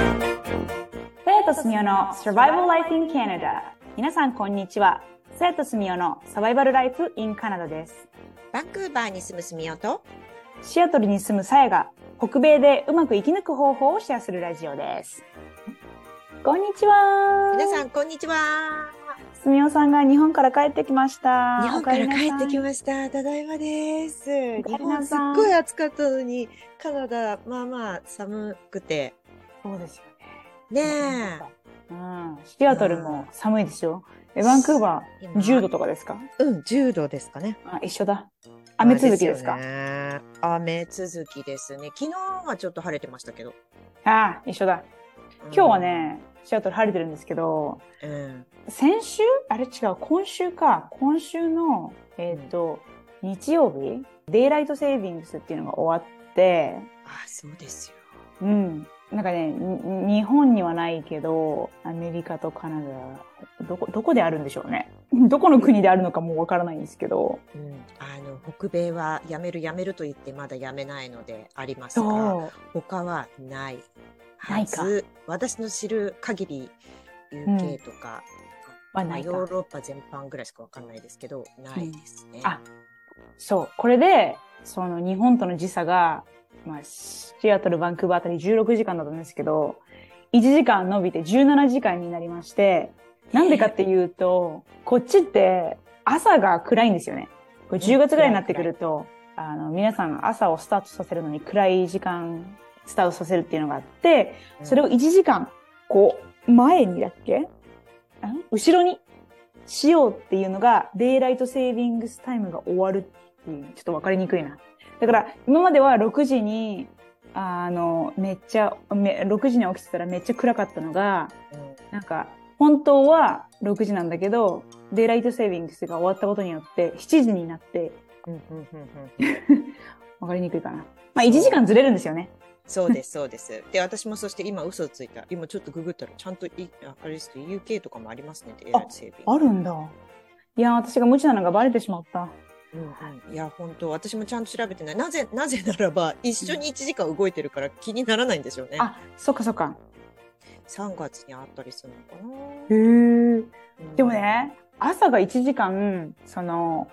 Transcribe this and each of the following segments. さやとすみおの Survival Life in Canada 皆さんこんにちはさやとすみおのサバイバルライフ in Canada ですバンクーバーに住むすみおとシアトルに住むさやが北米でうまく生き抜く方法をシェアするラジオですこんにちは皆さんこんにちはすみおさんが日本から帰ってきました日本から帰ってきまましたただいまですおか日えりな本すっさいごい暑かったのにカナダまあまあ寒くてそうですよねねえうんシアトルも寒いですよえバンクーバー今10度とかですかうん10度ですかねあ一緒だ雨続きですかあれよね雨続きですね昨日はちょっと晴れてましたけどああ一緒だ今日は、ね、シアトル晴れてるんですけど、うんうん先週あれ違う、今週か。今週の、えっ、と、日曜日、デイライトセービングスっていうのが終わって、あそうですようん。なんかね、に日本にはないけど、アメリカとカナダ、どこ、どこであるんでしょうね。 どこの国であるのかもわからないんですけど。うん、あの北米はやめるやめると言ってまだやめないのでありますがそう。他はないなはいかず私の知る限り UK とか、はまなあ、いかヨーロッパ全般ぐらいしかわかんないですけどないですね。あそう。これで、その日本との時差が、まあ、シアトル、バンクーバーあたり16時間だったんですけど、1時間伸びて17時間になりまして、なんでかっていうと、こっちって朝が暗いんですよね。これ10月ぐらいになってくると、あの、皆さん朝をスタートさせるのに暗い時間、スタートさせるっていうのがあって、うんそれを1時間、こう、前にだっけん後ろにしようっていうのが、デイライトセービングスタイムが終わるっていう、ちょっとわかりにくいな。だから、今までは6時に、あの、めっちゃ、め6時に起きてたらめっちゃ暗かったのが、うんなんか、本当は6時なんだけど、デイライトセービングスが終わったことによって、7時になって、うんうんうんうんわかりにくいかな。まあ、1時間ずれるんですよね。そうですそうです。 で私もそして今嘘をついた今ちょっとググったらちゃんといああれですけど UK とかもありますねデイライトセービングあるんだ。いやー、私が無知なのがバレてしまった。うんうん、いや本当私もちゃんと調べてないなぜなぜならば一緒に1時間動いてるから気にならないんですよね、あ、そっかそっか。 3月にあったりするのかへー。な、うんでもね、朝が1時間、その、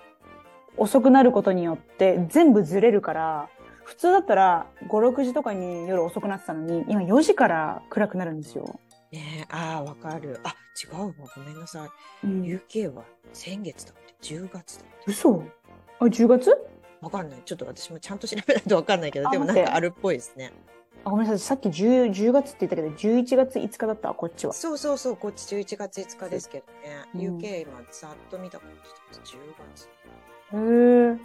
遅くなることによって全部ずれるから、普通だったら5、6時とかに夜遅くなってたのに、今4時から暗くなるんですよ。ねえああわかるあ違うわごめんなさういん、 UK は先月だって10月だって嘘あ、10月わかんないちょっと私もちゃんと調べないとわかんないけどあでもなん待ってかあるっぽいですねあ、ごめんなさい。さっき 10, 10月って言ったけど、11月5日だったわ、こっちは。そうそうそうこっち11月5日ですけどね、うん UK 今ざっと見た感じです10月へー。ね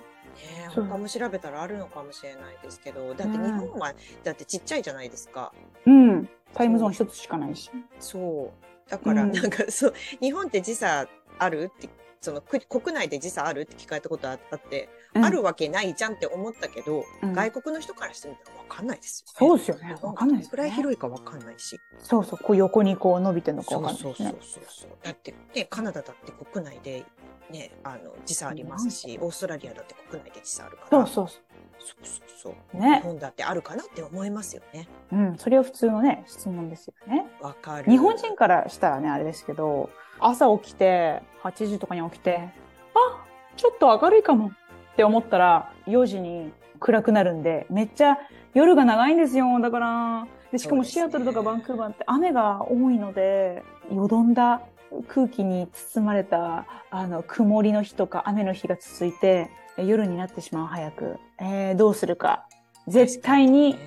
えそう他も調べたらあるのかもしれないですけどだってうん日本は、だってちっちゃいじゃないですかうん。タイムゾーン一つしかないし。そうだからうんなんか、そう日本って時差あるってそのく国内で時差あるって聞かれたことああって、あるわけないじゃんって思ったけど、うん外国の人からしてみたら分かんないですよ、そうですよね日本わかんないですよねどれくらい広いか分かんないし。そうそう、こう横にこう伸びてるのかそわかうんないそでうすね。そうそうそう。だって、ね、カナダだって国内で、ね、あの時差ありますし、オーストラリアだって国内で時差あるから。そうそうそそうそうそうう。日ね。本だってあるかなって思いますよね。うん。それは普通のね、質問ですよね。わかる。日本人からしたらね、あれですけど、朝起きて、8時とかに起きて、あちょっと明るいかもって思ったら、4時に暗くなるんで、めっちゃ夜が長いんですよ。だから、でしかもそうですシねアトルとかバンクーバーって雨が多いので、よどんだ空気に包まれた、あの、曇りの日とか雨の日が続いて、夜になってしまう早く。えー、どうするか。絶対にね、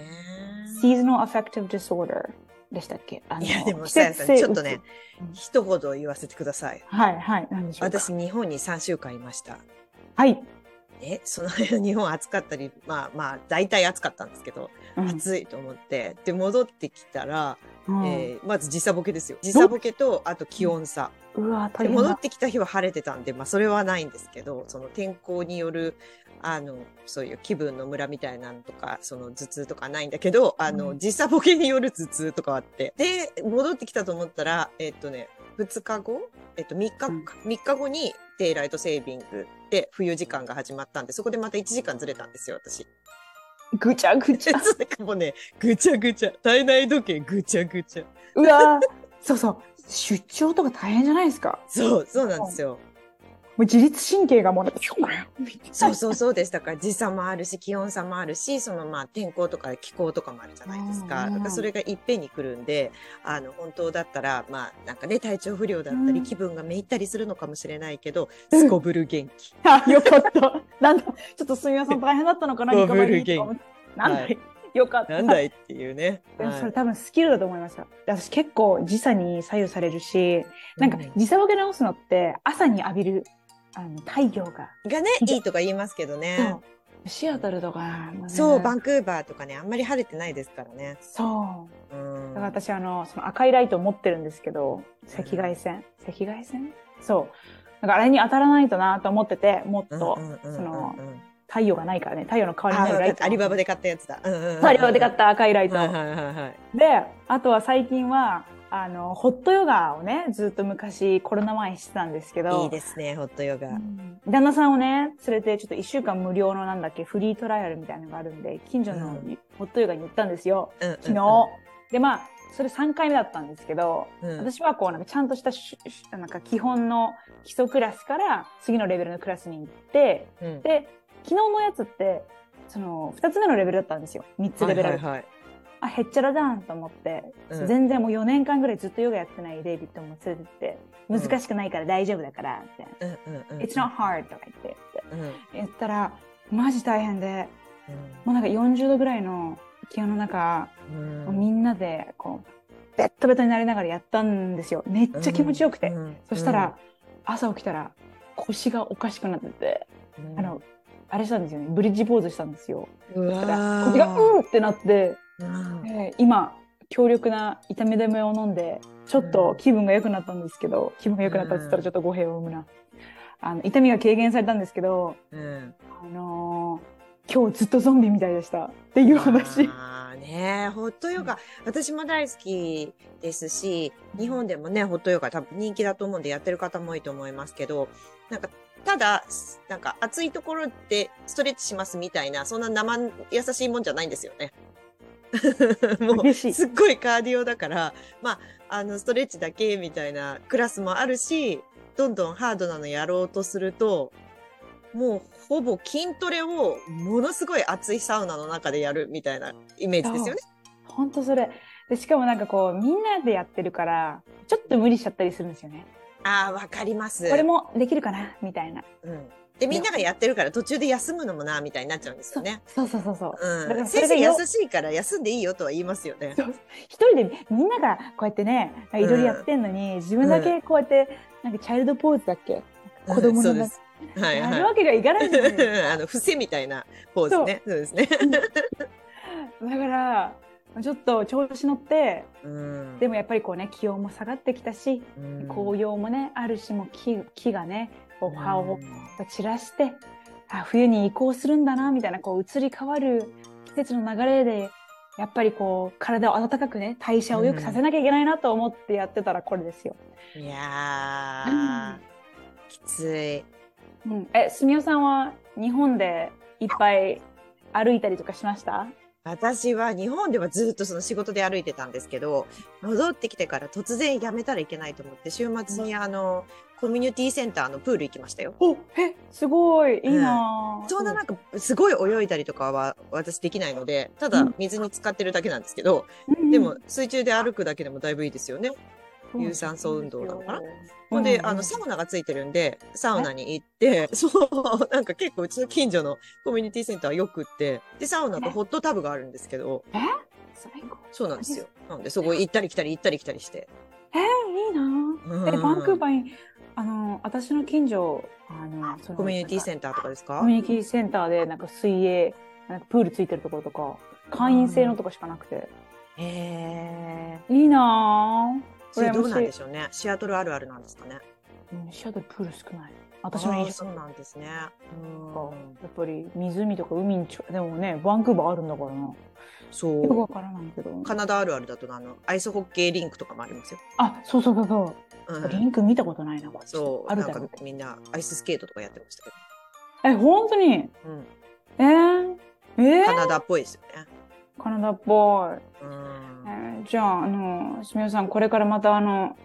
seasonal affective disorder でしたっけあのいやでも季さや節さん性ちょっとねうん一言言わせてください。はいはい。何でしょうか。私日本に3週間いました。はい。ね、その間日本暑かったりまあまあ大体暑かったんですけど、うん暑いと思ってで戻ってきたら、うんえーまず時差ボケですよ時差ボケとあと気温差うわ、大で変戻っだ。てきた日は晴れてたんで、まあ、それはないんですけどその天候によるあのそういう気分のムラみたいなのとかその頭痛とかはないんだけどあの、うん時差ボケによる頭痛とかはあってで戻ってきたと思ったらえっとね2日後、えっと、3日うん3日後にデイライトセービングで冬時間が始まったんでそこでまた1時間ずれたんですよ私。 ぐちゃぐちゃ。そうなんかもうね、ぐちゃぐちゃ。体内時計ぐちゃぐちゃ。うわーそうそう。出張とか大変じゃないですか。そう、そうなんですよ。もう自律神経がもうなんか、そうそうそうです。だから時差もあるし、気温差もあるし、そのまあ天候とか気候とかもあるじゃないですうか。んうんだからそれがいっぺんに来るんで、あの、本当だったら、まあなんかね、体調不良だったうり、ん気分がめいったりするのかもしれないけど、うんすこぶる元気。あよかった。なんだ、ちょっとすみません、大変だったのかな、ダリカブバルリゲーイとンか思ってなんだ、はいよかった。なんだいっていうね。でもそはれい多分スキルだと思いました。私結構時差に左右されるし、なんかう時差分け直すのって朝に浴びるあの太陽が。がね、いいとか言いますけどねそ。うシアトルとか、ねそう、バンクーバーとかね、あんまり晴れてないですからね。そう。うんだから私あのその赤いライトを持ってるんですけど赤外線赤外線そうなんかあれに当たらないとなと思っててもっとうんうんうんうんその太陽がないからね太陽の代わりになるあライトアリババで買ったやつだ。うんうんうんうそんうアリババで買った赤いライト、はいはいはいはい。であとは最近はあのホットヨガをねずっと昔コロナ前にしてたんですけどいいですね、ホットヨガ。うん旦那さんをね連れてちょっと1週間無料のなんだっけフリートライアルみたいなのがあるんで近所のうホットヨガに行ったんですよ、うんうんうん昨日、でまあそれ3回目だったんですけど、うん私はこうなんかちゃんとしたししなんか基本の基礎クラスから次のレベルのクラスに行ってうんで昨日のやつってその2つ目のレベルだったんですよ3つレベルあはいる、はいあへっちゃらだんと思って、うん全然もう4年間ぐらいずっとヨガやってないデイビッドも連れてって難しくないから大丈夫だからみたいな。はい。うんうんうん It's not hard とか言ってうんうん言ったらマジ大変でもうなんか40度ぐらいの気温の中、うんみんなでこうベットベトになりながらやったんですよめっちゃ気持ちよくて、うんうんそしたら、朝起きたら腰がおかしくなってて、うんあのあれしたんですよねブリッジポーズしたんですようだわからー腰がうんってなって、うんえー今強力な痛み止めを飲んでちょっと気分が良くなったんですけど気分が良くなったって言ったらちょっと語弊を生むな、あの痛みが軽減されたんですけどうんあのー今日ずっとゾンビみたいでしたっていう話。あーねえホットヨガ、私も大好きですし日本でもねホットヨガ多分人気だと思うんでやってる方も多いと思いますけどなんかただなんか暑いところでストレッチしますみたいなそんな生優しいもんじゃないんですよね。 もう激しいすっごいカーディオだから、まあ、あのストレッチだけみたいなクラスもあるしどんどんハードなのやろうとするともうほぼ筋トレをものすごい熱いサウナの中でやるみたいなイメージですよね。本当それでしかもなんかこうみんなでやってるからちょっと無理しちゃったりするんですよね。ああわかります。これもできるかなみたいな。うん、でみんながやってるから途中で休むのもなみたいになっちゃうんですよね。そうそうそうそう。だかうらん、それ先がよ生優しいから休んでいいよとは言いますよね。一人でみんながこうやってねいろいろやってんのに、自分だけこうやってなんかチャイルドポーズだっけ子供のうんそうなです。はいやるはわけがいかないんですよ。い。 あの伏せみたいなポーズね。そうですね。だからちょっと調子乗ってうんでもやっぱりこうね気温も下がってきたしうん紅葉もね、あるしもう木木がねこう葉をうん散らして、あ冬に移行するんだなみたいなこう移り変わる季節の流れでやっぱりこう体を温かくね代謝を良くさせなきゃいけないなと思ってやってたらこれですよ。いやー、きつい。うん、えすみおさんは日本でいっぱい歩いたりとかしました私は日本ではずっとその仕事で歩いてたんですけど、戻ってきてから突然やめたらいけないと思って、週末にあの、コミュニティセンターのプール行きましたよ。おえすごいいいな、ぁそんななんかすごい泳いだりとかは私できないので、ただ水に浸かってるだけなんですけど、うんでも水中で歩くだけでもだいぶいいですよね。有酸素運動なのかなほんで、あの、サウナがついてるんで、サウナに行って、そう、なんか結構うちの近所のコミュニティセンターよくって、で、サウナとホットタブがあるんですけど、最高そうなんですよ。なんで、そこ行ったり来たり行ったり来たりして。えーいいなぁうんえ、バンクーバーに、あの、私の近所、あの、そのコミュニティセンターとかですタかコミュニティセンターで、なんか水泳、なんかプールついてるところとか、会員制のとかしかなくて。へえ。いいなぁ。それどうなん羨までししょうね。シアトルあるあるなんですかね。いうんシアトルプール少ない。私のあー印象そうなんですね。がうん。やっぱり湖とか海にちょ、でもね、バンクーバーあるんだからな。よくそわからないけど。う。カナダあるあるだと、あの、アイスホッケーリンクとかもありますよ。あ、そうそうそうそうう。リん。ンク見たことないな、こっちそう。あるなんだかろう。みんなアイススケートとかやってましたけえ、本当にど。うん。えー、えーカ、ナダっぽいですよね。カナダっぽい。うんえーじゃあ、あの、すみおさん、これからまた、あの、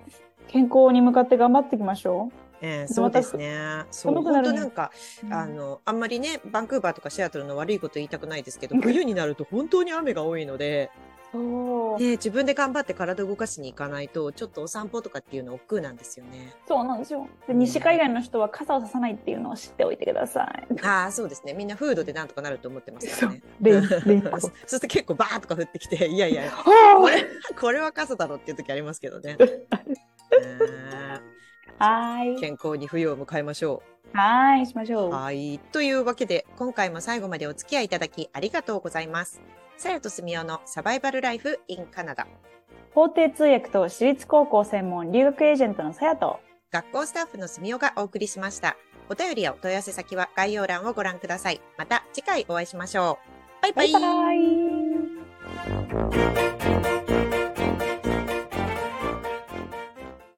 健康に向かって頑張っていきましょええでそうですね。そう、寒くな本るね当なんか、う。あの、あんまりね、バンクーバーとかシアトルの悪いこと言いたくないですけど、冬になると本当に雨が多いので、そうね、自分で頑張って体動かしに行かないと、ちょっとお散歩とかっていうの億劫なんですよね。そうなんですよで。西海岸の人は傘をささないっていうのを知っておいてください。ああ、そうですね。みんなフードでなんとかなると思ってますからね。レイン、レインコーそそして結構バーッとか降ってきて、いやい や、あーこれは傘だろっていう時ありますけどね。ねはーえい。健康に冬を迎えましょう。はーい、しましょう。はい。というわけで、今回も最後までお付き合いいただきありがとうございます。さやとすみおのサバイバルライフ in カナダ。法廷通訳と私立高校専門留学エージェントのさやと。学校スタッフのすみおがお送りしました。お便りやお問い合わせ先は概要欄をご覧ください。また次回お会いしましょう。バイバイ。イ。